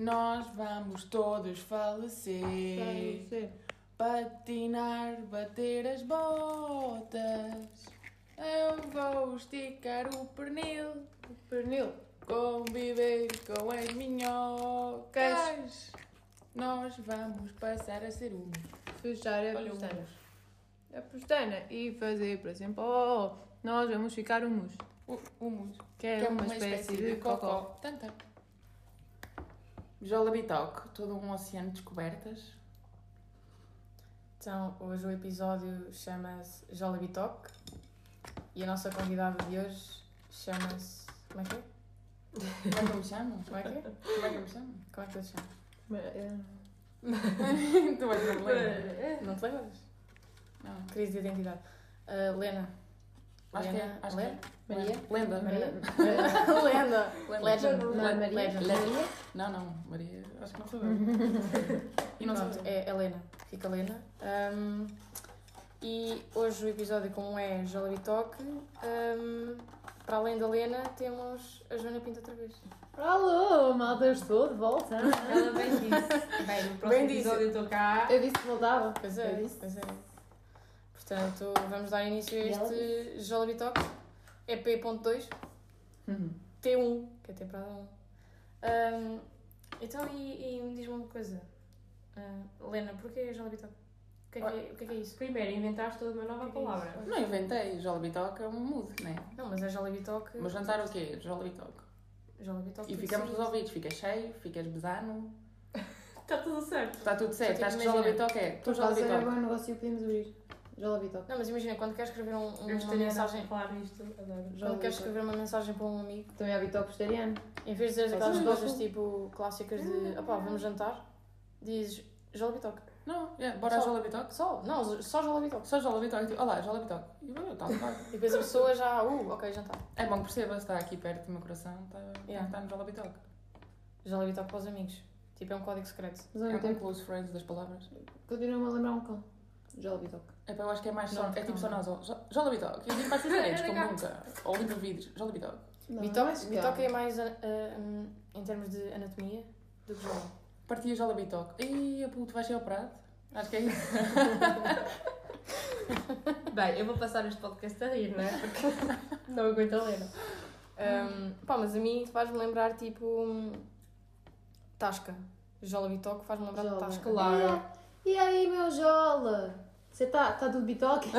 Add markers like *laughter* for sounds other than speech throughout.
Nós vamos todos Tá, falecer. Patinar, bater as botas. Eu vou esticar o pernil. O pernil. Conviver com as minhocas. Nós vamos passar a ser um. Fechar a Olha, pestana. A pestana. E fazer, por exemplo, oh, nós vamos ficar um humus. Humus. Que é, uma, espécie, de cocó. Tanta. Jola Bitoque, todo um oceano de descobertas. Então, hoje o episódio chama-se Jollibee Talk e a nossa convidada de hoje chama-se. Como é que é? Como é que eu me chamo? Como é que é? Como é que eu me chamo? Como é que ele se chama? Mas, é, eh, *laughs* tu és uma lenda. eh, Não te lembras? Não. Crise de identidade. Ah, Lena. Acho que é. Lena. Acho que é. Lena. Maria? Lenda. Maria? *laughs* Lenda. Lenda. Lenda. Legend. Não, Le- Maria? Legend. Maria? Não, não. Maria. Acho que não *laughs* sou eu. E não sabes, é Helena, fica Helena. Um, e hoje o episódio, como é Jollibee Talk, um, para além da Helena, temos a Joana Pinto outra vez. Alô, malta, eu estou de volta. Ela bem disse. Bem, no próximo disse. episódio eu estou cá. Eu disse que voltava. Pois é, Eu disse. pois é. Portanto, vamos dar início a E ela este Jollibee Talk, EP.2, T1, que é temporada 1. Um, então, e, e diz-me uma coisa, uh, Helena, porquê Jollibee Talk? O que é que é, o que é que é isso? é Primeiro, inventaste toda uma nova palavra. Não inventei. Jola Bitoque é um mood, né? Não, mas é Jollibee Talk. Mas jantar o quê? Jola Bitoque. Jollibee Talk. E tudo ficamos seguido. resolvidos. Ficas cheio, ficas besano. Está Tá tudo certo. Está tudo certo. Só Estás tive que de Jola imaginar. Bitoque é. Tu Por Jola causa era Bitoque. bom negócio e podíamos abrir. Jola Bitoque. Não, mas imagina, quando queres escrever um, Eu uma gostaria de mensagem. a falar nisto agora. Quando Jola queres Bitoque. escrever uma mensagem para um amigo, Também há Bitoque vegetariano. em vez de dizer Faz aquelas um coisas jogo. tipo clássicas de opá, vamos jantar, dizes Jola Bitoque. Não, é. Bora a Só- Jola Bitoque. Só, não, só Jola Bitoque. Só Jola Bitoque. Tipo, Olá, Jola Bitoque. E eu, tá, tá. E depois a pessoa já, uh, ok, jantar. É bom que percebas, está aqui perto do meu coração, está yeah. Yeah. no Jola Bitoque. Jola Bitoque para os amigos. Tipo, é um código secreto. Mas ao É mesmo um tempo, close friends das palavras. continuo-me a lembrar um cão. Jola Bitoque. É pá, eu acho que é mais só, Não, é tipo só calma. nós, ó, Jo- Jola Bitoque. Eu digo *laughs* mais diferentes, como nunca. Ou improvisos, Jola Bitoque. Bitoque, Bitoque é mais ah, ah, hum, em termos de anatomia do que Jola. Partia Jola Bitoque. Ih, a puto, vais ser operado? Acho que é *laughs* isso. Bem, eu vou passar este podcast a rir, *laughs* não é? Porque não aguento a ler. Hum, pá, mas a mim faz-me lembrar tipo. hum, Tasca. Jola Bitoque faz-me lembrar de Jola. Tasca. Claro. E aí, meu Jola? Você está tá tudo Bitoque?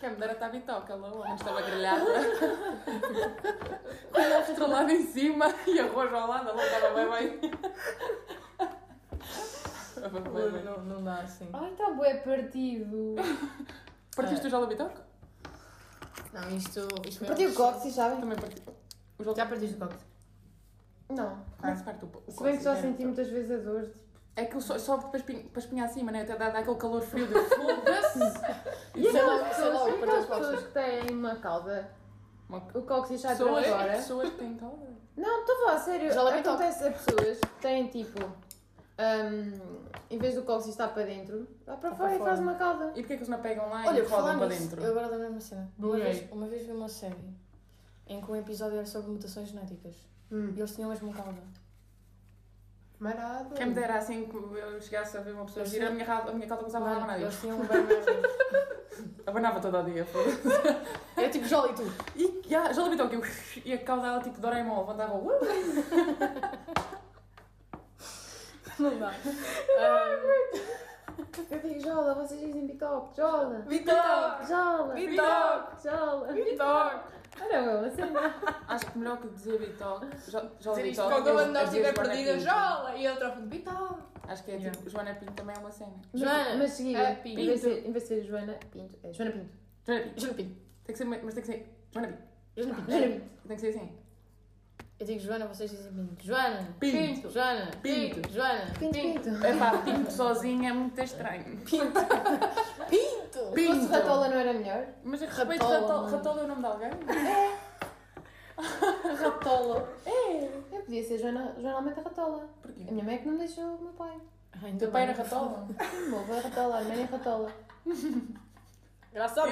Quem me dera estar Bitoque, alô, mas estava grelhada. é? *laughs* Com o astro lá em cima e a roja ao lado, alô, estava bem *laughs* bem. Estava bem bem. Não, não dá assim. Ai, está bué *laughs* partido. Partiste o Jola Bitoque? Não, isto. isto Partiu o cóccix, sabem? Também parti. O Jola Já partiste o cóccix? Não. Quase parte do Se bem é que assim- já senti muitas vezes a dor. tipo, É que só sobe para espinha, para espinha acima, né? Até dá, dá aquele calor frio de foda-se. E Sei lá- aquelas sei lá, pessoas, e partiu aquelas o cóccix. pessoas que têm uma cauda? Uma O cóccix *laughs* já entrou pessoas, agora? pessoas que têm calor. Não, estou a falar a sério. Já levei Acontece a pessoas que têm tipo. hum, em vez do cóccix estar para dentro, vai para Vai fora para e faz fora. uma cauda. E porquê que eles não pegam lá Olha, e por falar rodam para nisso, dentro? eu agora lembro-me assim, né? uma Buguei. vez, uma vez vi uma série em que um episódio era sobre mutações genéticas e eles tinham mesmo calda. Marado. Quem me dera assim que eu chegasse a ver uma pessoa Eu girar a sei. minha, ra- a minha calda começava a abanar. Mano, Eu eles tinham um bem mais- Abanava todo o dia, foda-se. Era tipo Jola e tu. E já, já levantou que eu... *laughs* E a calda dela tipo Doraemon levantava. Uh! Não dá. Eu digo Jola, vocês dizem bitoque, Jola, Vitor! Jola, Vitor! Jola. Vitor! Olha, meu, assim. Acho que melhor que dizer Vitor. Já Dizer isto Vitor. quando uma de nós estiver perdida, Jola! E a outra ao fundo, Vital! Acho que é tipo Joana Pinto também é uma cena. Joana, Mas seguida, é, em vez de ser- em vez de ser Joana Pinto, é Joana Pinto. Joana Pinto. Joana Pinto. Tem que ser, mas tem que ser. Joana Pinto. Joana Pinto. Joana Pinto. Tem que ser assim. Eu digo Joana, vocês dizem Pinto. Joana. Pinto. Joana. Pinto. Joana. Pinto, Pinto. *laughs* É pá, pinto sozinho é muito estranho. *laughs* Pinto. Se fosse Ratola não era melhor? Mas a respeito, Ratola, ratola, mano. ratola é o nome de alguém? Ratola. Eu podia ser Joana, Joana Almeida Ratola. Porquê? A minha mãe é que não deixou o meu pai. Ainda Teu pai era ratola? O meu avô é Ratola, a minha mãe é Ratola. *laughs* Graças a Tá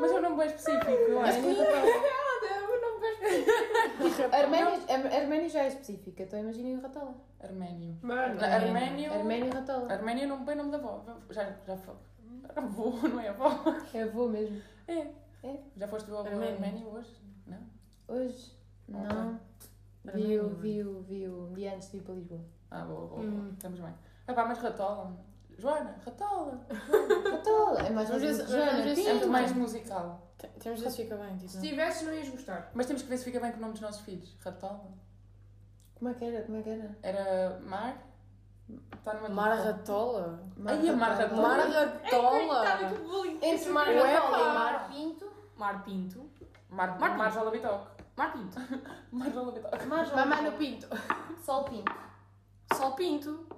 Mas é um nome bem específico, não é? *laughs* Deus. Meu Deus, não me Arménio, Ar- Arménio já é específica, então imaginem ratola. Arménio. Mano. Arménio. Arménio e ratola. Arménio é um bem nome da avó. Já, já foi. Era avô, não é avó? É avô mesmo. É. É. Já foste ao Arménio. Arménio hoje? Não? Hoje? Não, Não. Viu, viu, viu. Um dia antes de ir para Lisboa. Ah, boa, boa. boa. Hum. Estamos bem. Ah pá, mas ratola. Joana, ratola. Ratola! É mais Mas fácil. esse- mas Joana, esse- É Pina. muito mais musical. Temos de ver se fica bem, tipo. Se tivesses, não ias gostar. Mas temos que ver se fica bem com o nome dos nossos filhos. Ratola. Como é que era? Como é que era? Era Mar? Está numa Mara Ratola? Ai, a Mar Ratola. Mara Coitada, que Ratola! bullying. Entre Mar Ué, Ratola pá. e Mar. Mar Pinto. Mar Pinto. Mar, Mar- Mar, Mar Jalabitoque. *laughs* Mar Pinto. Mar Jalabitoque. Mamá no Pinto. Sol Pinto. Sol Pinto.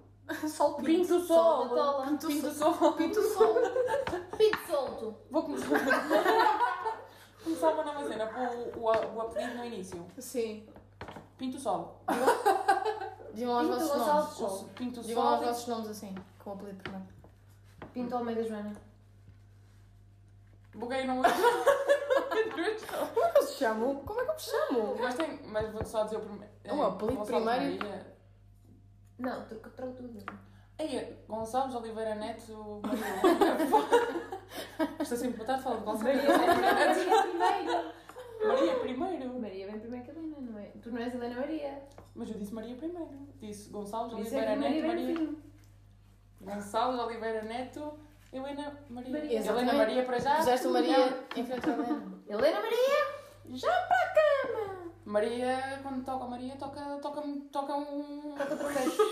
Sol Pinto. Pinto Sol. Ratola. Pinto Sol. Pinto Sol. Pinto solto. Vou começar. *laughs* começar uma nova cena. O, o, o apelido no início. Sim. Pinto Sol. Digam lá os Pinto vossos Gonçalo nomes. O Pinto Digam lá Sol. os vossos nomes assim, com o apelido primeiro. Pinto Almeida Joana. Buguei não Não Como é que eu se chamo? Como é que eu me chamo? *laughs* Mas tem. Mas vou só dizer o primeiro. Um apelido Gonçalo primeiro e- de Maria. Não, troco troco tudo. *laughs* Ei, Gonçalves Oliveira Neto. Maria. Estou sempre boa tarde, falo de Gonçalves Oliveira Neto. Maria Maria primeiro. primeiro. Maria vem primeiro que a Helena, não é? Tu não és Helena Maria. Mas eu disse Maria primeiro. Disse Gonçalves Isso Oliveira é que Neto. Maria vem no Maria. fim. Gonçalves Oliveira Neto. Helena Maria. Maria. Helena Exatamente. Maria para já. Puseste o Maria em frente à *laughs* Helena. Helena Maria! Já para a cama! Maria, quando toca a Maria, toca, toca, toca um. Toca para queixo.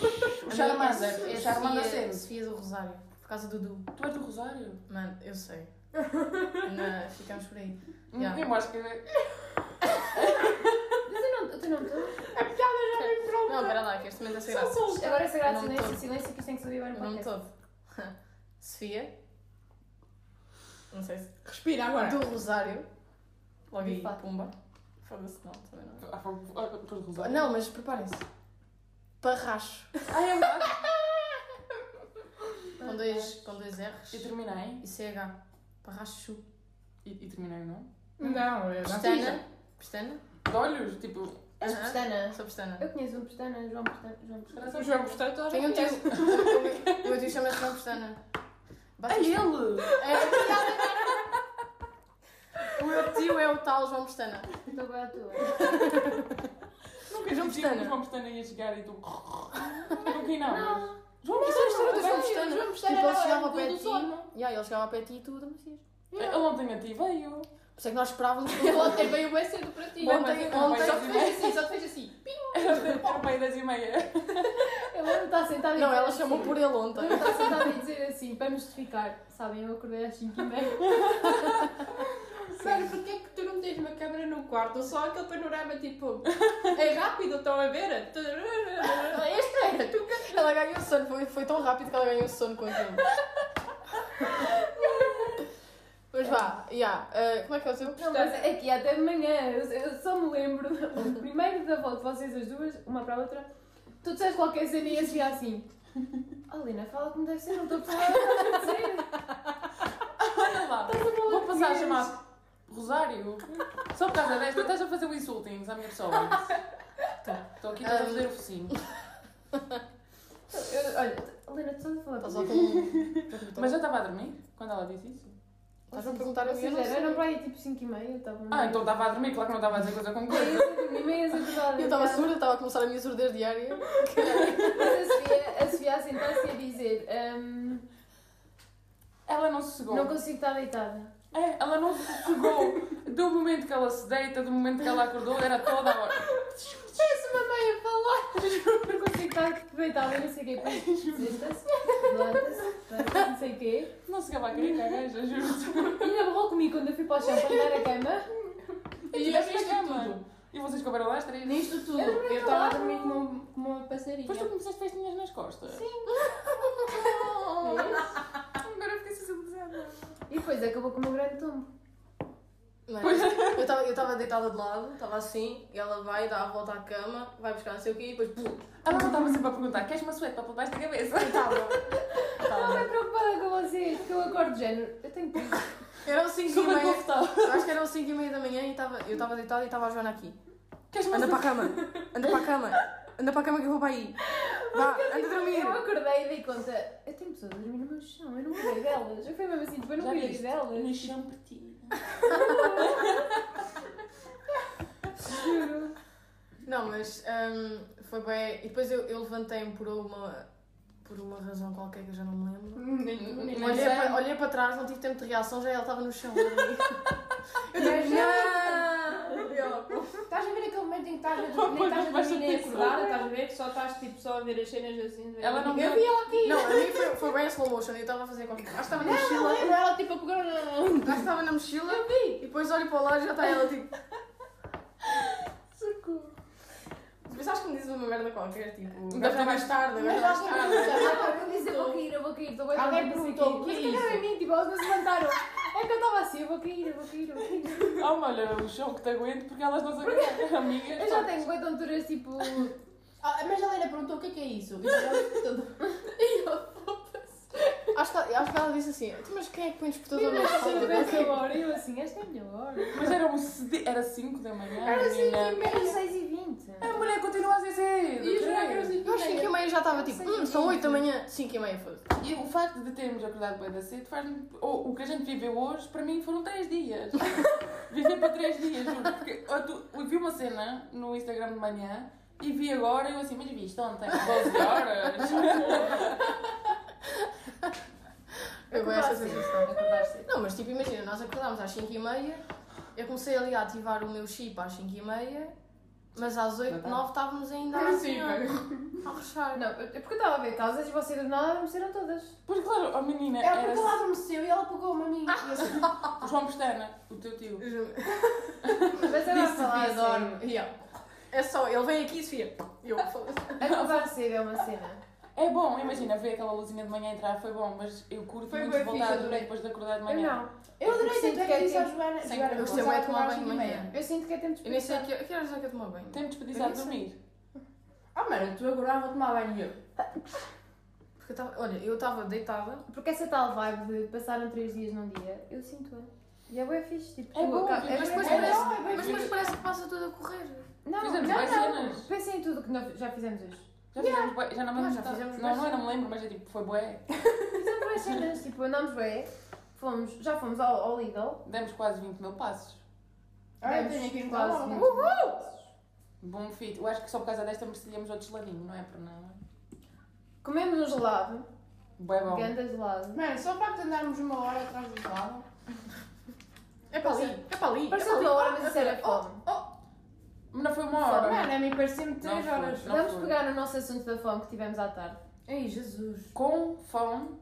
*laughs* O Charmander. Sofia- É Charmander Sofia- Sense. Sofia do Rosário, por causa do Du. Tu és do Rosário? Mano, eu *laughs* sei. Na- ficamos por aí. Yeah. Eu acho que. é- Mas eu não, o teu nome todo? Não, pera lá, que este momento é sem graça. Agora essa graça, O nome silêncio, todo. silêncio que isto tem que saber agora O no nome podcast. todo. *laughs* Sofia. Não sei se. Respira Do Rosário. Logo aí, Ufa. Pumba. Foda-se, não, também não. Ah, foi- ah, foi do Rosário. Não, mas preparem-se. Parracho. Ah, é verdade. Com dois, com dois R's Eu terminei. e CH. Parracho. E, e terminei, não? Não, é Pestana. Pestana? De olhos, tipo. És Aham. Pestana. Sou pestana. Eu conheço um Pestana, João Pestana. João Pestana. Parece um jogo Portanto, toda a Tenho um gente- tio. O meu- *laughs* O meu tio chama-se João Pestana. É Batista. ele! É. O meu tio é o tal João Pestana. Estou bem Então à tua. Nunca João dizia que Pestana. o João Pestana ia chegar e tu. Não não. Não, João Isso é a história do Pestana! veio. João João Pestana. Pestana Tipo, ele era chegava ao o pé do de ti. *laughs* sono. Yeah, ele chegava ao pé de ti e tu adormecias. Ele ontem a ti veio. Por isso é que nós esperávamos que Ontem veio bem cedo para ti. Bom, Ontem- mas eu não ontem- vejo Só te ninguém. fez assim, só te fez assim. Era para aí das e meia. Ele não está sentado e Não, dizer ela assim. chamou por ele ontem. Ele está sentado e dizer assim, para me justificar. Sabem, eu acordei às 5h30. *laughs* Sério, porquê é que tu não tens uma câmera no quarto? Ou só aquele panorama tipo. É rápido, estão a ver? *laughs* Este era tu que. Ela ganhou sono, foi, foi tão rápido que ela ganhou sono com aquilo. Mas vá, yeah, eh, como é que é o teu? Não, mas aqui até de manhã. Eu, eu só me lembro, primeiro da volta de vocês as duas, uma para a outra. Tu disseste qualquer cena e eu cheguei assim. Oh, Lina, fala como deve ser, não estou a falar nada a dizer. Olha lá. Vou passar a chamar. Rosário, só por causa desta, estás a fazer o insulting à minha pessoa. Estou aqui, estás a fazer o focinho. Eu- Olha, Lina, tu estás a falar Estás comigo? só com. Mas eu estava a dormir quando ela disse isso. Estás a perguntar a Ou mim, seja, eu não sei. eram para aí tipo 5 e meia, eu estava... Ah, então estava a dormir, claro que não estava a dizer coisa com coisa. Meia, cinco e meia, cinco da hora. Eu estava surda, estava a começar a minha surdez diária. Mas a Sofia, a Sofia a sentar-se e a dizer... hum, Ela não se cegou. não consigo estar deitada. É, ela não se cegou. Do momento que ela se deita, do momento que ela acordou, era toda a hora. Parece uma mãe a falar. Não consigo estar deitada e não sei o quê. Depois, Senta-se, levanta-se, levanta-se, não sei o quê. Não se cava a né, querer cagar, juro-te. E ainda borrou comigo quando eu fui para o chão para andar a cama. E eu eu fiz fiz cama. E vocês couberam lá as três? Nisto tudo. Eu estava a dormir como uma, como uma passarinha. Depois tu começaste festinhas nas costas. Sim. Agora eu fiquei sensibilizada. E depois acabou com o meu grande tombo. Mano, eu estava eu estava deitada de lado, estava assim, e ela vai, dá a volta à cama, vai buscar não sei o quê e depois. pum, Ela não estava sempre a perguntar, queres uma suéte para pôr baixo da cabeça? Estava bem preocupada com vocês, porque eu acordo de género. Eu tenho que... Eram 5 e Super meia. confortável. Eu acho que eram 5 e meia da manhã e estava eu estava deitada e estava a Joana aqui. Queres mais Anda um- para a cama. Anda para a cama. Anda para a cama que eu vou para aí. Vá, anda a dormir. tipo, Eu acordei e dei conta. Eu tenho pessoas a dormir no meu chão, eu não cuidei delas. Eu fui mesmo assim, tipo, eu não Já cuidei viste? delas. No chão petinho. Juro. Não, mas hum, foi bem. E depois eu, eu levantei-me por uma, por uma razão qualquer que eu já não me lembro. Hum, Nem Olhei sei. é. para, olhei para trás, não tive tempo de reação, já ela estava *laughs* no chão. a dormir. Eu digo, não. E ela, Estás a ver aquele momento em que estás a *laughs* dormir, nem estás a Mas dormir nem eu penso- acordada, estás a ver que só estás tipo só a ver as cenas assim. de- Ela não Eu vi ela aqui! Não, a mim foi, foi bem em slow motion, eu estava a fazer qualquer coisa. Acho que estava na mochila. Ela, ela tipo a pegar. Acho que estava na mochila. Eu vi. E depois olho para o lado e já está ela tipo. Mas acho que me dizes uma merda qualquer, tipo. Ainda Agora está mais tarde, agora está Mas é mais alguém tarde. perguntou, alguém me disse, eu vou cair, eu vou cair, estou bem Alguém não sei o perguntou, quê. o que Mas é calhar isso? é mim, tipo, elas não se levantaram. É que eu estava assim, eu vou cair, eu vou cair, eu vou cair. Ah, mas olha, o chão que te aguento porque elas não se aguentam. Amigas, Eu já pá. tenho boi de tonturas tipo. Ah, mas a Helena perguntou o que é que é isso. E ela- Acho que, acho que ela disse assim: "Então, mas quem é que é põe despertador na Essa escola? hora, eu assim, esta é a melhor hora. Mas era um cedi... Era 5 da manhã, menina. Era 6 é e 20 A mulher continua a ser cedo. E eu jurava que credo. era assim. Eu acho que 5 e meia já estava tipo, Sei hum, são 8 da manhã, 5 e meia foda-se. E o facto de termos acordado bem da cedo faz-me. O, o que a gente viveu hoje, para mim, foram 3 dias. Viver para 3 dias, juro. Porque eu, tu- eu vi uma cena no Instagram de manhã e vi agora e eu assim, mas viste ontem, 12 horas. Eu assim. vou a essa sensação. Acordar cedo. Não, mas tipo, imagina, nós acordámos às 5 e meia, eu comecei ali a ativar o meu chip às 5 e meia, mas às 8, Não 9 estávamos ainda Como assim, assim, ó, velho? a rechar. Não, é porque eu estava a ver casas e vocês do nada adormeceram todas. Pois claro, a menina Ela era. porque ela adormeceu e ela pegou-me a mim. E eu assim, O João Pestana, o teu tio. Mas eu não Disse falar que assim. adoro. E, ó, É só, ele vem aqui e Sofia. E eu, foda-se. Acordar cedo é uma cena. É bom, imagina, ver aquela luzinha de manhã entrar, foi bom, mas eu curto Foi muito bué voltar a fixe, dormir adorei. depois de acordar de Eu manhã. não. Eu adorei Sinto tanto é que é que disse à tempo. Joana. Sem Joana, Eu vamos sei, lá vai é tomar às banho cinco e de meia. manhã. Eu sinto que é tempo de um Eu nem sei a despertar. que, a que horas é que eu tomo banho. Tempo Eu desperdiçado nem de sei. dormir. Ah, mano, tu agora vou tomar banho e eu. Porque eu tava, olha, eu estava deitada. Porque essa tal vibe de passaram 3 dias num dia, eu sinto-a. E é bué fixe, tipo, É bom, aca- mas bué depois bom. parece- é Mas depois parece que passa tudo a correr. Não, não, Fizemos mais não. cenas. Pensem em tudo o que nós já fizemos hoje. Já fizemos bué, já não me Ah, lembro. já tanto. fizemos não, bué. não, eu não me lembro, mas é tipo, foi bué. *laughs* Fizemos mais cenas, tipo, andámos bué, fomos, já fomos ao, ao Lidl. Demos quase 20 mil passos. Ah, eu demos tenho aqui no quase quase. 20 mil passos. Bom fit. Eu acho que só por causa desta merecíamos outro geladinho, não é por nada. Comemos um gelado, Bué bom. ganda gelado. Mano, só para andarmos uma hora atrás do lado. É para ali, é para ali. Ah, Pareceu uma hora, mas isso era fome. Mas não foi uma hora. Mano, a mim parecia-me Não 3 foi. horas. Não Vamos foi. pegar no nosso assunto da fome que tivemos à tarde. Ei, Jesus. Com fome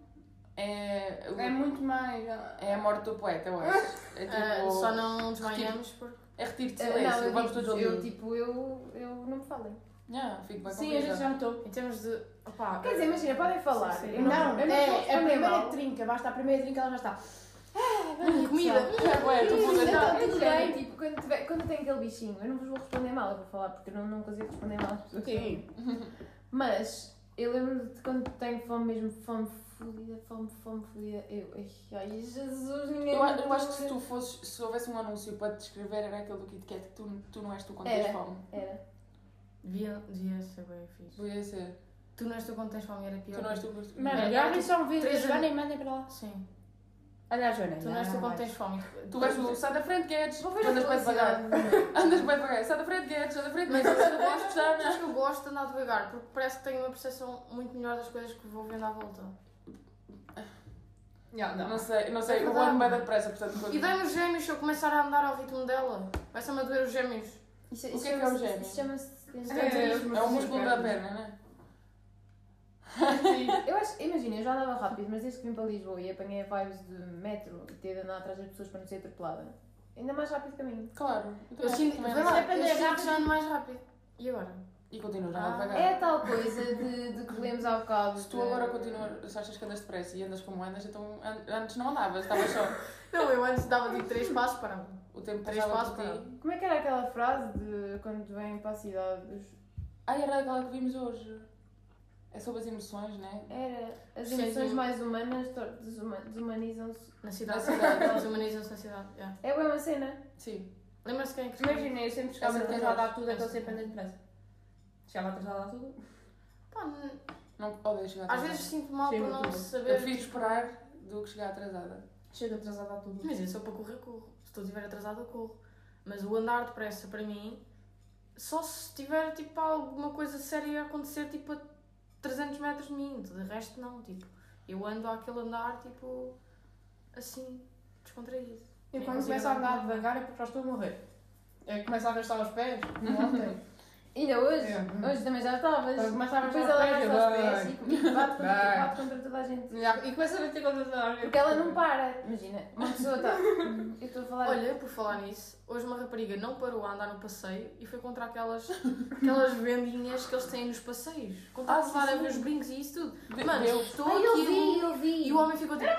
é. É muito mais. é a morte do poeta, eu acho. *laughs* É tipo. Ah, só não desmanhamos tipo, porque. É retiro de Eh, silêncio, eu vamos digo- todos Eu, ali. tipo, eu, eu não me falei. Yeah, fico bem Sim, a gente já notou. Em termos de. eh, Opa, Quer dizer, imagina, podem falar. Sim, sim. Eu Não, eu é, vou a responder primeira mal. trinca, basta a primeira trinca, ela já está. Ah, comida. É bué, estou Sim, toda- então, tá. não, tudo tudo bem, bem. tipo, quando, tiver, quando tem aquele bichinho, eu não vos vou responder mal, eu vou falar porque eu não, não consigo responder mal às pessoas. Sim. *laughs* Mas eu lembro de quando tenho fome mesmo, fome fodida, fome, fome fodida. Eu, ai, ai, Jesus, ninguém. Eu, a- me eu acho que toca. se tu fosses, se houvesse um anúncio para te descrever, era aquele do Kit Kat que tu, tu não és tu quando Era. tens fome. Era. Devia, devia ser bem fixe. Podia ser. Tu não és tu quando tens fome, era pior. Tu não és tu quando tens Mano, É, agarrem só um vídeo da três Joana e mandem para lá. Sim. Olha a Joana. é Tu não és tu quando tens fome. Tu vais no. Sai da frente, Guedes! Tu Vou ver a andas bem devagar. velocidade. Andas bem devagar. Sai da frente, Guedes! Sai da frente, mas sai da frente, Acho Susana! né? que eu gosto de andar devagar, porque parece que tenho uma percepção muito melhor das coisas que vou vendo à volta. Yeah, não. Não sei, não sei. É Eu verdade. ando bem depressa, portanto. quando- E dei-me os gêmeos se eu começar a andar ao ritmo dela. Vai-se-me a doer os gêmeos. Isso, O isso que é que é o chama-se- gêmeo? isso chama-se. É o músculo da perna, não é? Eu acho, imagina, eu já andava rápido, mas desde que vim para Lisboa e apanhei vibes de metro e ter de andar atrás das pessoas para não ser atropelada, ainda mais rápido caminho. Claro. Eu Eu também- sinto, também vai não lá, sei. eu sinto que já né? ando mais rápido. E agora? E continuas a Ah. andar É devagar. a tal coisa de, de que lemos há bocado. Se tu agora continuas, se achas que andas depressa e andas como andas, então an- antes não andavas, estavas só. Não, eu antes dava tipo 3 passos para O tempo Três passava por passos para ti. Como é que era aquela frase de quando vêm para a cidade? Os... Ai, era aquela que vimos hoje. É sobre as emoções, né? Era as Sim, emoções sim. mais humanas tor- desuma- desumanizam-se. Na cidade. Na cidade. Eles humanizam-se na cidade. yeah. É bué uma cena. Sim. Lembra-se quem é que Imagina, eu sempre chegava Essa é atrasada a verdade. tudo, é que eu Essa é sempre andei depressa. Chegava atrasada a tudo. Pá, n- Não odeio chegar às atrasada. vezes sinto mal Chega por não tudo. Eu saber. prefiro esperar do que chegar atrasada. Chego atrasada a tudo. Mas eu só para correr, corro. Se estou estiver atrasado, eu corro. Mas o andar depressa para mim, só se tiver tipo alguma coisa séria a acontecer, tipo a 300 metros de mim. De resto, não. Tipo, eu ando àquele andar, tipo, assim, descontraído. Eu Nem quando consigo começo a andar andar devagar é porque já estou a morrer. É que começo a arrastar os pés. Ontem. Ainda hoje? É. Tá Hoje também já estavas. Eu começo a arrastar Depois os ela pés. arrasta os pés e eu bate contra, Vai. bate contra toda a gente. vou. E começo a bater contra toda a gente. Porque ela não para. Imagina, uma pessoa *laughs* está. Eu estou a falar. Olha, por falar nisso, hoje uma rapariga não parou a andar no passeio e foi contra aquelas, aquelas vendinhas que eles têm nos passeios. Contra Ah, ah, sim, levar a sim. ver os brincos e isso tudo. De- Mano, deu. estou Ai, eu vi, aqui eu vi. e o homem ficou tipo,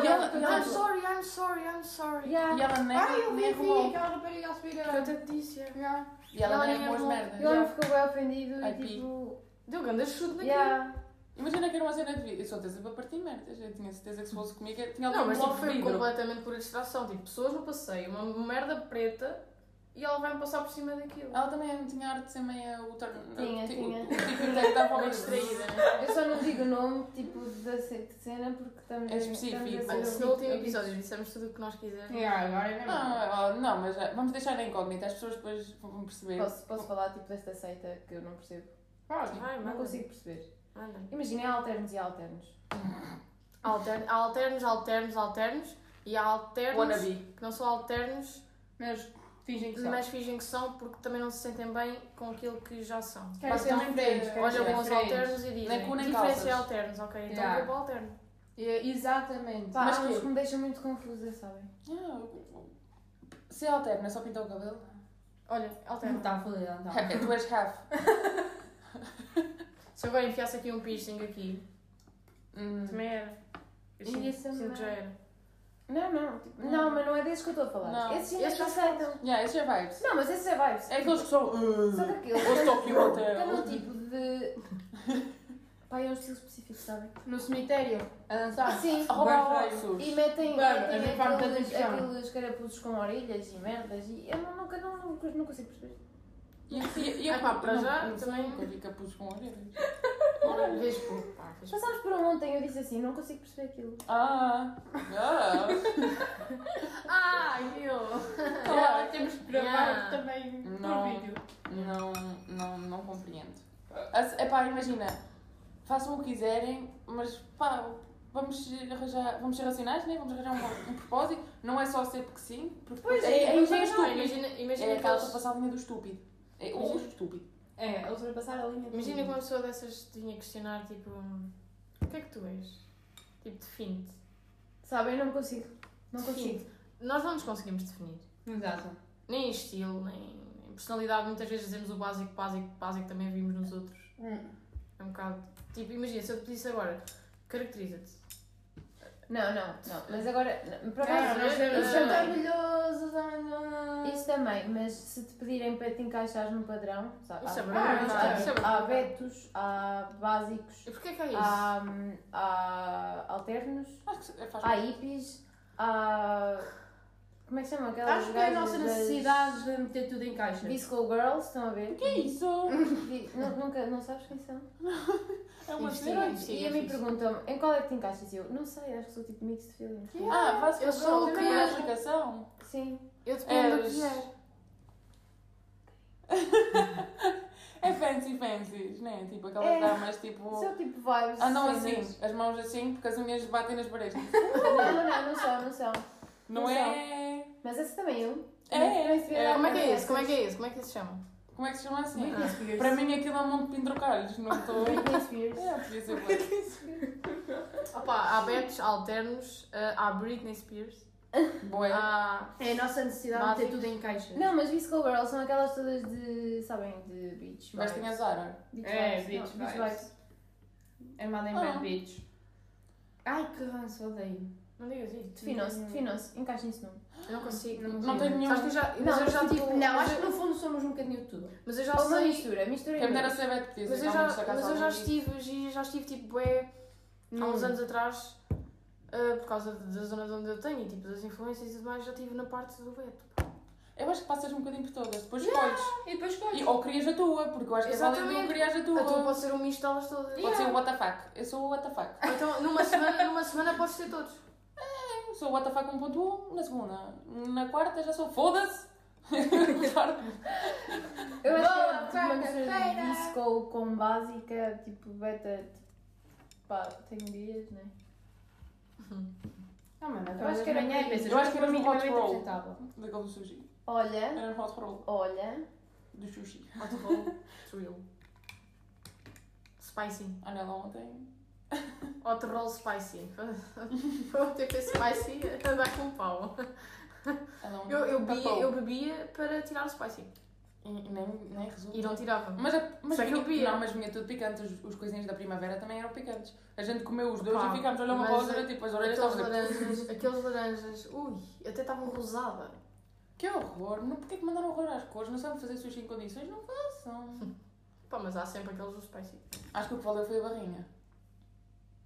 E ela- I'm sorry, I'm sorry, I'm sorry. Yeah. E ela nem, nem arrumou. aquela rapariga a subir Porque eu até te disse, é. a... E ela Ela nem nem arrumou as arrumou. merdas. é E o homem ficou bem ofendido Ai, e tipo. Deu um grande chute naquilo. Yeah. Imagina que era uma cena de vida. Eu sou tesa para partir merdas. Eu tinha certeza que se fosse comigo, eu tinha Não, algum mas tipo, bloco de foi vidro. completamente por distração. Tipo, pessoas no passeio, uma merda preta e ela vai-me passar por cima daquilo. Ela também não tinha arte de ser meio o torno. Tinha, o- o- tinha. O tipo que dava Bem uma distraída, né? Eu só não digo o nome, tipo, da ce- de cena porque estamos É específico. estamos a Olha, ser se no último ouvidos. episódio dissemos tudo o que nós quisermos. É. *laughs* Yeah, agora é ainda não. Não, oh, não, mas ah, vamos deixar na incógnita. As pessoas depois vão perceber. Posso, posso falar, tipo, desta seita que eu não percebo? É Pode. Vai, Não manda. consigo perceber. Manda. Imaginem alternos e alternos. Altern, há alternos, alternos, alternos e há alternos Wannabe. que não são alternos, Mas fingem que são. mas fingem que são porque também não se sentem bem com aquilo que já são. Querem ser Bastam diferentes. ter- querem Olham ser com os diferentes. alternos e dizem Nem cu, nem diferença é calças." alternos, ok, então Yeah. eu vou para o alterno. É, Exatamente. Pá, Mas há uns que- que me deixam muito confusa, sabem? Ah, Se é alterna, só pintar o cabelo. Olha, Não alterno. tá está a falar, não está. Tu és half. Se eu agora enfiasse aqui um piercing aqui, Hum, também era. Eu E sinto- esse é sinto que já mau. era. Não, não. tipo, não, mas não é desses que eu estou a falar. Não. Esses ainda Esses se aceitam. yeah, esse é vibes. Não, mas esses é vibes. É aqueles que são. Uh, Só daqueles. Ou Tokyo Cada um Hotel. tipo de... *laughs* Pá, é um estilo específico, sabem? No cemitério, a dançar. Sim. Roubar Bué feio. ossos. E metem, Bem, a metem gente vai meter aqueles, atenção. aqueles carapuzos com orelhas e merdas e eu não- nunca, não, não, não consigo perceber. E, e, e Ah, pá, para não- já, não sei, também- Nunca vi capuz com orelhas. Vês pouco, pá, vês pouco. Passámos por um ontem, eu disse assim, não consigo perceber aquilo. Ah! Ah! Ah, eu! Olha, temos que Yeah. gravar também por Não. vídeo. Não, não, não compreendo. É pá, imagina, façam o que quiserem, mas pá, vamos arranjar, vamos ser racionais, né? Vamos arranjar um, um propósito. Não é só ser porque sim, porque Pois é, é, é, mas é não, estúpido. Imagina, É imagina aquela aquelas. ultrapassar a linha do estúpido. É o Imagina- estúpido. É, ultrapassar a linha. Imagina que uma pessoa dessas te vinha questionar, tipo, o que é que tu és? Tipo, define-te. Sabem, eu não consigo. Não Define-te. consigo. Nós não nos conseguimos definir. Exato. Nem em estilo, nem em personalidade. Muitas vezes dizemos o básico, básico, básico, também vimos nos outros. Hum. É um bocado. Tipo, imagina, se eu te disse agora, caracteriza-te. Não, não, não. Mas agora, não, por Ah, acaso, é nós temos- isso também. maravilhoso, oh Zana. Isso também, mas se te pedirem para te encaixares num padrão, sabe? Isso é há- Ah, verdade. verdade. isso é há, há verdade. betos, há básicos, E porquê que é isso? há, há alternos, Acho que se- faz é há hippies, há... Como é que se chama aquelas Acho que é a gajas nossa das- necessidade de meter tudo em caixa. Disco Girls, estão a ver? que é isso? Di- nu- Nunca, não sabes quem são? É uma Investiga. cena. E a mim perguntam em qual é que te encaixas? E eu, não sei, acho que sou tipo mixed feelings. Ah, faz Eu sou o que que é a és. explicação. Sim. Eu dependo do que és. És. *laughs* É fancy fancies, né? Tipo aquelas É. damas tipo. Sou tipo vibes. Ah, Andam cenas. assim, as mãos assim, porque as unhas batem nas paredes. Não, não, não, não são, não são. Não Não é? Mas esse também eu. É, Mas também se é. vier Como é que é alguma isso? Como é que é isso? Como é que isso se chama? Como é que se chama assim? Como é Para mim aquilo é um monte de pindrocalhos, não *laughs* estou. coisa, Britney Spears. É, podia ser bué. Opa, há betos, há alternos, ah, há Britney Spears, Bué. Ah, há. É a nossa necessidade de Básicos. meter tudo em caixa. Não, mas Disco Girls são aquelas todas de, sabem, de beach Vestem a vibes. Zara. Beach É, vibes, não, beach vibes. Armada em Ah. bad bitch. Ai, que ranço, odeio. Não digas isso. Definam-se, definam-se, encaixem-se num. Eu não consigo. Não Não tenho nenhum. Acho que eu já, mas Não, eu já mas tipo, tipo. Não, mas acho que eu- no fundo somos um bocadinho de tudo. Mas eu já Ou uma sei. mistura, mistura. Quem me dera ser Beth Pizza, Mas eu já, mas eu já estive, já- já estive tipo bué, há uns anos atrás, eh, ah, por causa de- das zonas onde eu tenho e tipo das influências e tudo mais, já estive na parte do Beto. Eu acho que passas um bocadinho por todas, depois escolhes. E depois escolhes. E, ou crias a tua, porque eu acho que é válido não Exatamente. crias a tua. A tua pode ser um misto delas todas. Pode ser o WTF. Eu sou o WTF. Então, numa semana, numa semana podes ter todos. Eu sou o WTF 1.1 na segunda. Na quarta já sou foda-se. *laughs* Claro. Eu Boa, acho que é uma mistura quarta-feira. de disco com básica, tipo beta. Tipo, pá, tenho dias, né? Não, mano, Eu acho que era ganhar minha- e pensas, eu acho que para era mim um para hot mim é roll. apresentável. Daquele do sushi. Olha, Era um hot roll olha. do sushi. Hot roll, thrill. Spicy. Olha lá ontem. Hot roll spicy. *laughs* Vou ter que ter spicy a dar com pau. Ela ontem Eu, eu, tapou. bebia, eu bebia para tirar o spicy. E, e nem, nem resulta. E não tirava. Mas, a- mas, Só que eu vinha, bebia. não, mas vinha tudo picante. Os, os coisinhas da primavera também eram picantes. A gente comeu os dois Opa, e ficámos a olhar uma mas para a outra, a- tipo, as orelhas Aqueles estavam a dizer, laranjas, aqueles laranjas, ui, até estavam rosada. Que horror! Não, porquê que mandaram horror às cores? Não sabem fazer sushi em condições? Não *laughs* façam! Pá, mas há sempre aqueles do spicy. Acho que o que valeu foi a barrinha.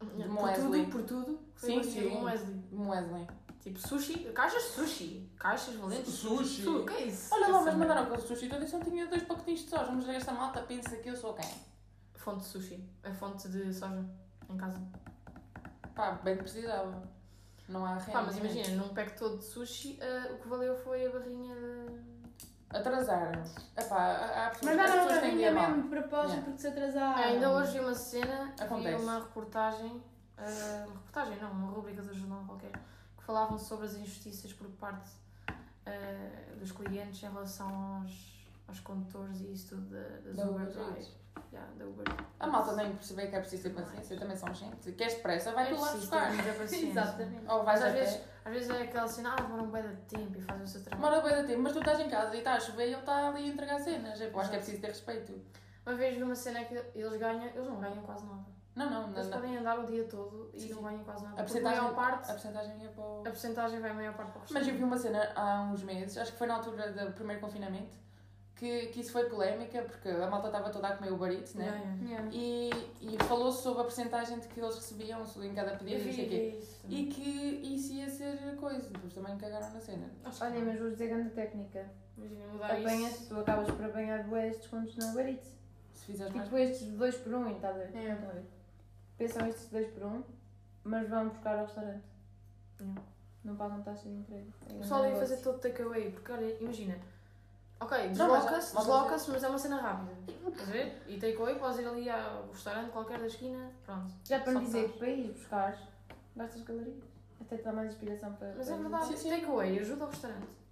De por Moesley. tudo, por tudo. Sim, Sim, sim. sim. Moesley. De Wesley. Tipo sushi, caixas de sushi. Caixas valentes. Sushi? Su- que é isso? Olha lá, Essa mas merda. mandaram aquele sushi todo e só tinha dois pacotinhos de soja. Mas esta malta pensa que eu sou quem? Fonte de sushi. É fonte de soja em casa. Pá, bem que precisava. Não há renda. Pá, mas imagina, num pack todo de sushi, ah, o que valeu foi a barrinha de. Atrasaram. Epá, há- há pessoas Mas as não, pessoas têm é não, vinha dia mau. mesmo de propósito Yeah. porque se atrasaram. É, Ah, Ainda hoje vi uma cena, vi Ah, Acontece. uma reportagem, ah, uma reportagem não, uma rubrica do jornal qualquer, que falavam sobre as injustiças por parte ah, dos clientes em relação aos, aos condutores e isso tudo da- das Da Uber. Uber Eats. Drive. Yeah, da Uber. é A malta nem perceber que é preciso ter paciência. Também são gente. Queres pressa? Vai tu lá buscar. *laughs* Exatamente. Ou vais É Mas às até. vezes, às vezes é aquela cena, ah, demoram bem de tempo e fazem o seu trabalho. Demora bem da tempo, mas tu estás em casa e está a chover e ele está ali a entregar cenas. Eu acho que é preciso ter respeito. Uma vez vi uma cena que eles ganham, eles não ganham quase nada. Não, não, não. Eles não. podem andar o dia todo e Sim, não sim. ganham quase nada. A Porque A porcentagem- maior parte, A porcentagem é para o... a porcentagem vai a maior parte para o Mas eu restaurante. vi uma cena há uns meses, acho que foi na altura do primeiro confinamento, que, que isso foi polémica, porque a malta estava toda a comer o barito, né? E, e falou-se sobre a porcentagem de que eles recebiam em cada pedido e não sei o quê. E que isso ia ser coisa, depois também cagaram na cena. Olha, mas vou dizer grande técnica. Imagina mudar Apanhas, isso. tu acabas por apanhar bué estes descontos na Uber Eats. Se fizeres mais. Tipo estes dois por um, estás a ver? É. Estão a ver? Pensam estes dois por um, mas vão buscar ao restaurante. Não. Não pagam taxa de emprego. É O pessoal grande ia fazer negócio. todo takeaway, porque olha, imagina. Ok, Não, mas- desloca-se, mas- desloca-se, mas é uma cena rápida. Estás a ver? E takeaway, podes ir ali ao restaurante qualquer da esquina, pronto. Já para me Só dizer estás. que para ir buscar, gastas calorias. Até te dá mais inspiração para. Mas é para- verdade, Sim, sim. takeaway ajuda ao restaurante.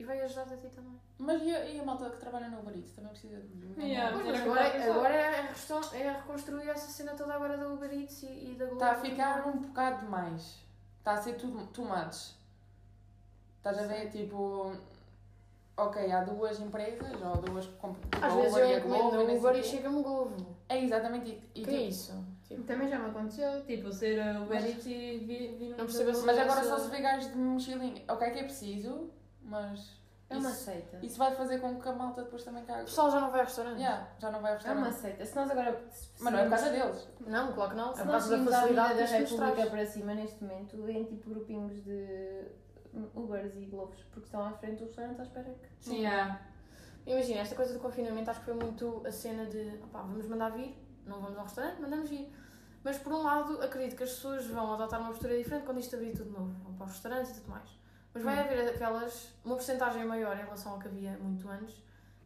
E vai ajudar-te a ti também. Mas e a, e a malta que trabalha no barito também precisa de. Yeah. Pois, mas mas agora- agora, agora é, resta- é reconstruir essa cena toda agora da Uber Eats e, e da Globo. Está a ficar um bocado demais. Está a ser tudo tomates. Estás a ver? Tipo. Ok, há duas empresas, ou duas que compram. tipo, Às a vezes Uber e eu a Glovo encomendo e não sei um Uber e quê. chega-me Glovo. É exatamente. E, e O que é tipo, isso? Tipo, Também já me aconteceu, tipo, ser a Uber Mas- Eats e vi, vi Não percebo assim. mas agora essa- só se vê gajos de mochilinha. Ok, que é preciso, mas. É uma isso, seita. isso vai fazer com que a malta depois também o cague. pessoal já não vai ao restaurante? Yeah, já não vai É gostar. uma seita. Se nós agora. se- Mas não é por causa deles. Não, claro que não. Se É nós por causa da subimos a Avenida facilidade da que isto nos República traz. para cima neste momento em tipo grupinhos de Ubers e Globos, porque estão à frente do restaurante à espera que. Sim, yeah. Imagina, esta coisa do confinamento acho que foi muito a cena de opá, vamos mandar vir, não vamos ao restaurante, mandamos vir. Mas por um lado, acredito que as pessoas vão adotar uma postura diferente quando isto abrir tudo novo, vão para os restaurantes e tudo mais. Mas Hum. vai haver aquelas, uma porcentagem maior em relação ao que havia muito antes,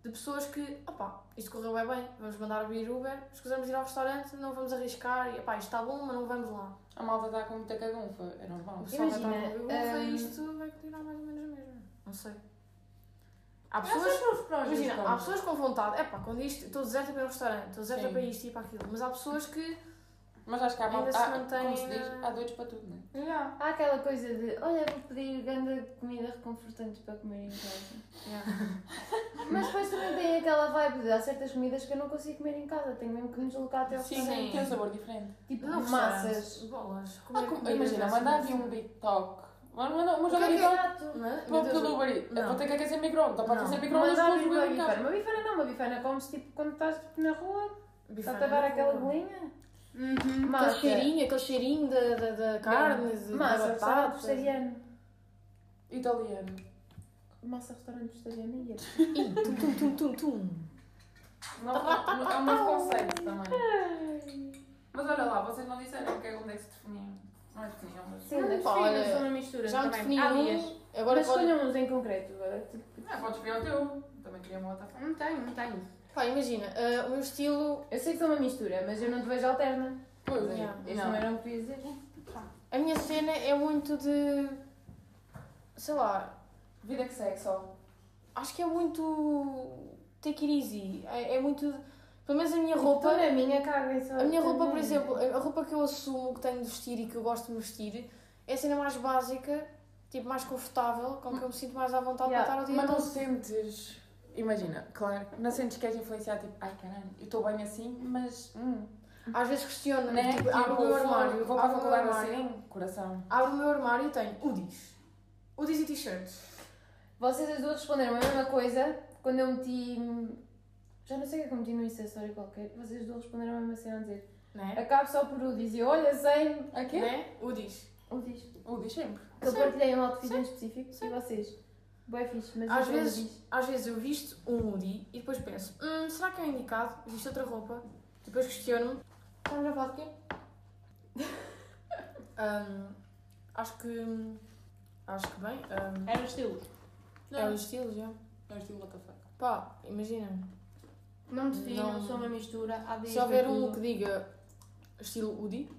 de pessoas que, opá, isto correu bem, bem, vamos mandar vir Uber, escusamos de ir ao restaurante, não vamos arriscar, e, opá, isto está bom, mas não vamos lá. A malta está com muita cagunfa. É normal. O pessoal Imagina, vai estar com Uber, hum, isto vai continuar mais ou menos a mesma. Não sei. Há Há pessoas pessoas com os prós e os Imagina, há contras. pessoas com vontade, é pá, quando isto, estou deserta para ir ao restaurante, estou deserta Sim. para isto e para aquilo, mas há pessoas que. Mas acho que há Ainda malta. se há- Como mantém eh, se diz, na- há doidos para tudo, né? Yeah. Há aquela coisa de, olha, vou pedir grande comida reconfortante para comer em casa. *laughs* Mas depois também tem aquela vibe de, há certas comidas que eu não consigo comer em casa, tenho mesmo que me deslocar até ao Sim, restaurante. tem um sabor diferente. Tipo, Não, massas. restaurantes, bolas. Ah, comer como- comida, imagina, assim, mandar assim. vir um bitoque. Vamos mandar uma O que é que jogadinha é Não é? Meu Deus, pelo Uber Eats. Não. Vou ter que aquecer micro-ondas. Ou pode Não. aquecer micro-ondas Mandar vir depois uma vou em bifana. casa. Uma bifana não, uma bifana comes tipo quando estás tipo, na rua, bifana, estás a dar aquela bolinha. bolinha. Uhum. Aquele Massa. cheirinho, aquele cheirinho da, da, da carne, de- da Massa, batata. vegetariano. Italiano. Massa restaurante vegetariana e era. Ih, tum, tum, tum, tum, tum. Novo- *laughs* É um novo conceito também. Mas olha lá, vocês não disseram que é onde é que se definiam. Não é definiam, mas. Sim, as pá, filhas olha, são uma mistura. Já me também. defini Há um. Agora Mas pode... escolham uns em concreto. vá. Ah, podes escolher o teu. Também queria uma outra. Não tenho, não tenho. Pá, imagina, ah, o meu estilo... Eu sei que são uma mistura, mas eu não te vejo alterna. Pois é. Yeah. Isso não era o que queria dizer. A minha cena é muito de... Sei lá, Vida que segue só. acho que é muito take it easy. É, é muito. Pelo menos a minha Tipo, roupa. Toda a minha caga só. A minha roupa, por também. exemplo, a a roupa que eu assumo que tenho de vestir e que eu gosto de vestir é a cena mais básica, tipo mais confortável, com que eu me sinto mais à vontade Yeah, para estar o dia Mas não todo. sentes. Imagina, claro, não sentes que és influenciado tipo, ai caralho, eu estou bem assim, mas. Hum, Às vezes questiono, né? tipo, Tipo, abro o meu fogo, armário, Vou para a abro o meu faculdade armário, assim. Coração. abro o meu armário e tenho hoodies. Hoodies e t-shirts. Vocês as duas responderam a mesma coisa quando eu meti. Já não sei o que é que eu meti no Insta Story qualquer. Vocês as duas responderam a mesma cena a dizer. Né? Acabo só por o dizer. Olha, sem. A quê? Né? Hoodies. O diz. O diz sempre. Que eu partilhei um outfit em específico e vocês. Boé fixe, mas Às eu tenho vezes- Udis. Às vezes eu visto um hoodie e depois penso, hum, será que é indicado? Visto outra roupa. Depois questiono-me. Estamos a falar de quê? Hum, acho que. Acho que bem. hum, Era o estilo. é o estilo já. É o estilo what the fuck. Pá, imagina. Não defino, Não. sou uma mistura. Há dias Se houver para um tudo. que diga estilo hoodie,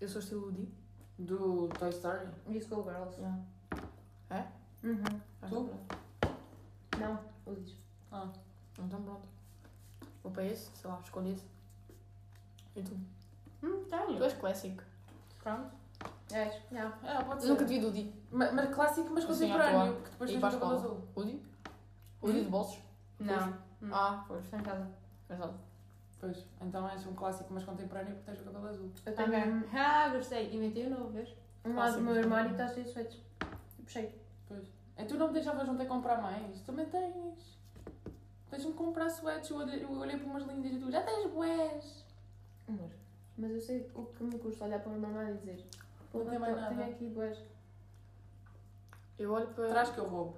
eu sou estilo hoodie. Do Toy Story. E Schoolgirls. Yeah. um Uhum. Tu? Ah, então pronto. Não, o diz. Então pronto. Vou para esse, sei lá, escolhe esse. E tu? Hum, Não Tu tá. tenho. és clássico. Pronto. És. Ah, pode ser. é. Nunca te vi de hoodie. Ma- Mas clássico, mas Assim, à contemporâneo, porque depois E tens para o a cabelo escola. azul. Hoodie? Hoodie de Hum? bolsos? Não. Hum. Ah, pois. Estou em casa. Engraçado. Pois, então és um clássico, mas contemporâneo, porque tens o cabelo azul. Eu tenho um- Ah, gostei. Inventei o novo, vês? um lado do meu Fácil. armário e está cheio de sweats. Tipo cheio. E É, tu não me deixavas ontem comprar mais? Também tens. Deixa-me comprar sweats. Eu olhei, eu olhei para umas lindas e tu já tens boés. Amor. Mas eu sei o que me custa olhar para o meu armário e dizer. Não tem "Porra, mais tô- nada." Tenho aqui boas. Eu olho para. Traz que eu roubo.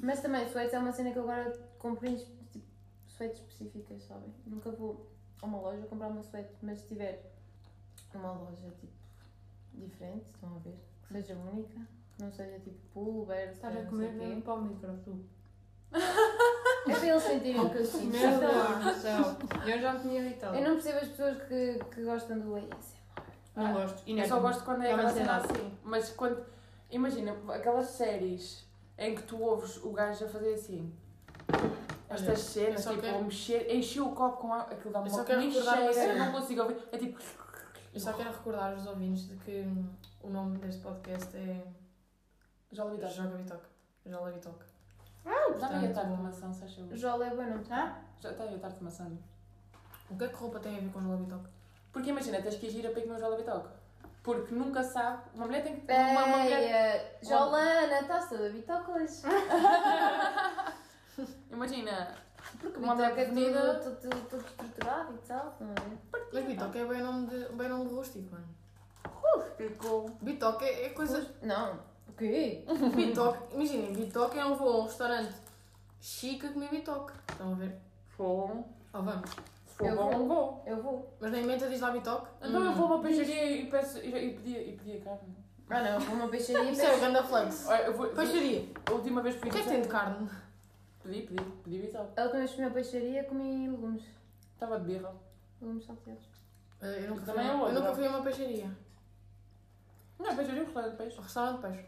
Mas também, sweats é uma cena que eu agora compro em espe- tipo, sweats específicas, sabem? Nunca vou a uma loja comprar uma sweat, mas se tiver uma loja tipo diferente, estão a ver? Que Hum. seja única, que não seja tipo pull, bear, Estás não a sei comer quê. mesmo pão de tu. É para eles sentirem o que eu sinto. Meu Sei lá. *laughs* Deus do céu. Eu já me tinha irritado. Eu não percebo as pessoas que, que gostam do ASMR. Ah, Não gosto. E Eu só gosto quando é É uma aquela cena cena assim. Mas quando. Imagina, aquelas séries em que tu ouves o gajo a fazer assim. Estas cenas, só tipo, quero- mexer, encher o copo com água, aquilo dá Eu uma só quero nem recordar uma cheira, eu cena. não consigo ouvir. É tipo. Eu só quero recordar aos ouvintes de que hum, o nome deste podcast é Já ouvi dar. Joga Bitoca. Joga Bitoca. Dá-me aí a tarde de Portanto, maçã, se achas. Jola é boa, não? tá? Hã? Já está aí a tarde de maçã. O que é que roupa tem a ver com Joga Bitoca? Porque imagina, tens que agir a pique no jola bitoca. Porque nunca sabe. Uma mulher tem que. Uma, uma mulher... eh, Ei, Jolana, tá, estás toda bitocas. Imagina. Porque Uma mulher bitoca é bonita. tudo, tudo, tudo estruturado e tal, estão a ver? Mas Bitoca é bem nome de, bem nome de rústico, mano. Ficou. Bitoca é é coisa. Não. O *laughs* quê? Bitoca. Imaginem, Bitoca é um voo a um restaurante chique a comer Bitoca. Estão a ver? Bom. Ó, vamos. Se for Eu bom, vou. vou. Eu vou. Mas na emenda diz lá Bitoca. Então eu vou a uma peixaria e, peço, e, e, pedi, e pedi a carne. Ah não, vou uma peixaria Isso é o Ganda Flex. Olha, eu vou. Peixaria. A última vez fui O que é que tem de carne? Pedi, pedi, pedi bitoca. A última vez que comi uma peixaria comi legumes. Estava de birra. Legumes salteados. Eh, Eu nunca fui, Também é eu outra. nunca fui a uma peixaria. Não, peixaria é um restaurante de peixe. Restaurante de peixe.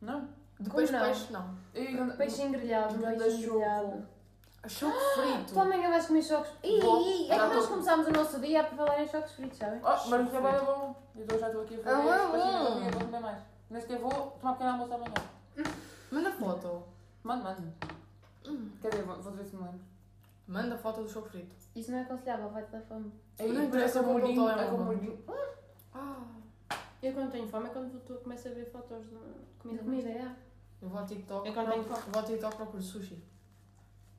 Não. Depois não? peixe, não. E, Peixinho grelhado, Grande peixinho choco. grelhado. *gasps* Choco Tu frito. amanhã vais comer chocos. Ih, Vou. ih, é que Já nós tô. começámos o nosso dia a falar em chocos fritos, sabem? Oh, mas o trabalho é bom. Eu já estou aqui a fazer. Ah, é as coisinhas bom. da minha, Vou comer mais. Nem sequer vou é tomar pequeno almoço amanhã. Manda foto. Mano, mano. Quer dizer, vou, vou ver se me lembro. Manda foto do choco frito. Isso não é aconselhável, vai-te dar fome. Aí, Não depois interessa é com como molhinho, botar, é é com bom. molhinho. Eu quando tenho fome é quando tu começas a ver fotos de Comida, comida. comida, é. Eu vou ao TikTok. Uhum. É Eu quando tenho procuro- foto. Vou ao TikTok procuro sushi.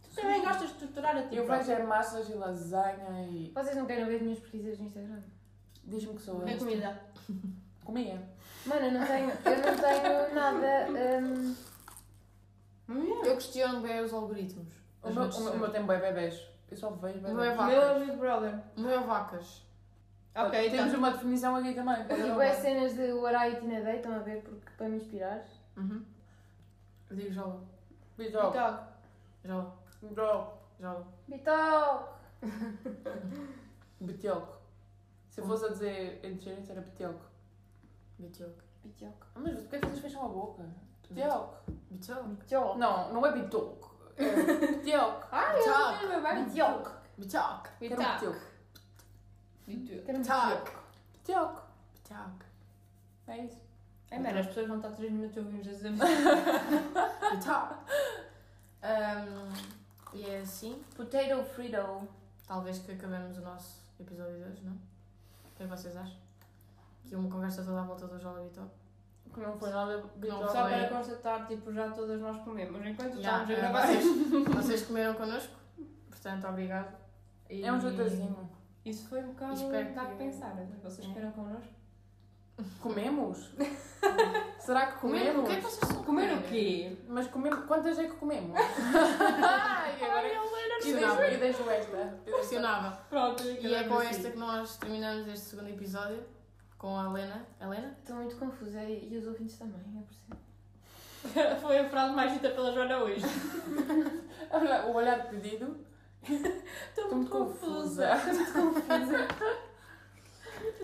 Tu também gostas de torturar a tipo, ti. Eu próprio. vejo é massas e lasanha e. Vocês não querem ver as minhas pesquisas no Instagram? Diz-me que sou É eu. comida. Comia. *laughs* Mano, eu não tenho, eu não tenho nada. hum, Eu questiono bem os algoritmos. O meu, o meu- o meu tem bué bebês. Eu só vejo bebês. Não é Meu vacas. amigo brother. O meu é vacas. Ok, Temos então. uma definição aqui também. Eu digo é cenas de o Arai e Tina Day, estão a ver? Porque para me inspirar. Uhum. Eu digo jola. Bitoque. Então, Jola. Bro. Jola. Bitoque! Bitoque. Se eu fosse a dizer enchente era bitoque. Bitioc. Bitoque. Ah, Mas porquê é que vocês fecham a boca? Bitoque. Bitioc. Bitoque. Não, não é bitoque. É bitoque. Bitioc. Bitoque. Quero Bitioc. tá, um bitoque. É Quero um Bitoque. Bitoque. Bitioc. É isso. é merda, as pessoas vão estar 3 minutos a ouvir-nos a dizer. *laughs* Bitioc. Ahm, E é assim. Potato Frito. Talvez que acabemos o nosso episódio de hoje, não? O que é que vocês acham? Que uma conversa toda à volta do Jola Bitioc. Que um não foi nada Não Só bitoque. foi. é para constatar, tipo, já todas nós comemos. Já, Enquanto estávamos a eh, gravar. vocês, vocês comeram connosco, portanto, obrigado. E- É um jantarzinho. Isso foi um bocado. Espero dá que- a pensar. Vocês É. esperam connosco? *laughs* Comemos? Será que Comeram? O comemos? que é que vocês estão a Comer o comer? quê? Mas comemos. Quantas é que comemos? Ai, agora E Questionável. deixo- e deixo esta. é questionável. Pronto, E é com esta que nós terminamos este segundo episódio, com a Helena. Helena? Estou muito confusa e, e os ouvintes também, eu percebo. Foi a frase mais dita pela Joana hoje. Olha, *laughs* *laughs* O olhar pedido. Estou Estou muito confusa.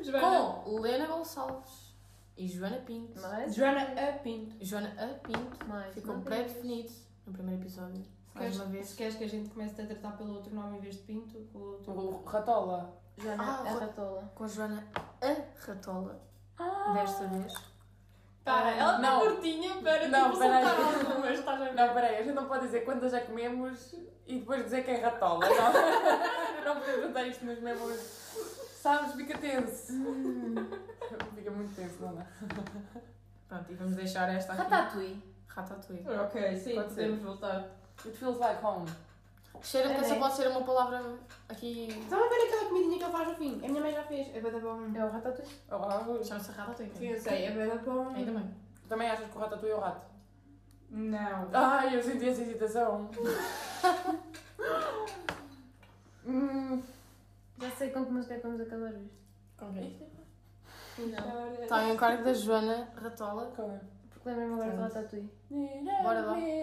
Joana. Com Helena Gonçalves e Joana Pinto. Mas, Joana A. Pinto. Joana A. Pinto mais ficou uma vez. pré-definido no primeiro episódio. Se Mais queres, uma vez. se queres que a gente comece a tratar pelo outro nome em vez de Pinto, com o outro. O Ratola. Joana Ah, a o- Ratola. Com Joana A. Ratola, Ah, Ah. desta vez. Para, ela está Não. curtinha para Não, tipo, peraí. soltar algo, mas estás a ver. Não, peraí, a gente não pode dizer quantas já comemos e depois dizer que é Ratola. Não, *laughs* não podemos juntar isto nos mesmos. Sabes, fica tenso. Hum. Fica muito tenso, não é? Pronto, e vamos deixar esta aqui. Ratatouille. Ratatouille. Ah, Ok, sim, Pode ser. podemos voltar. It feels like home. Cheira que essa É. pode ser uma palavra aqui. Estava a ver Então, aquela comidinha que ele faz no fim? A minha mãe já fez. É bada bom. É o Ratatouille. Oh, Chama-se Ratatouille. Sim, eu sei, é bada bom. Ainda bem. Também achas que o rato é o rato? Não. Ai, eu senti essa excitação. Hum, Já sei com que música é que vamos acabar hoje. Não. Não. Tá tá Está em encargo um da Joana Ratola. calma. Porque lembro-me agora do Pronto. Ratatouille. Bora lá. Me Tá. é assim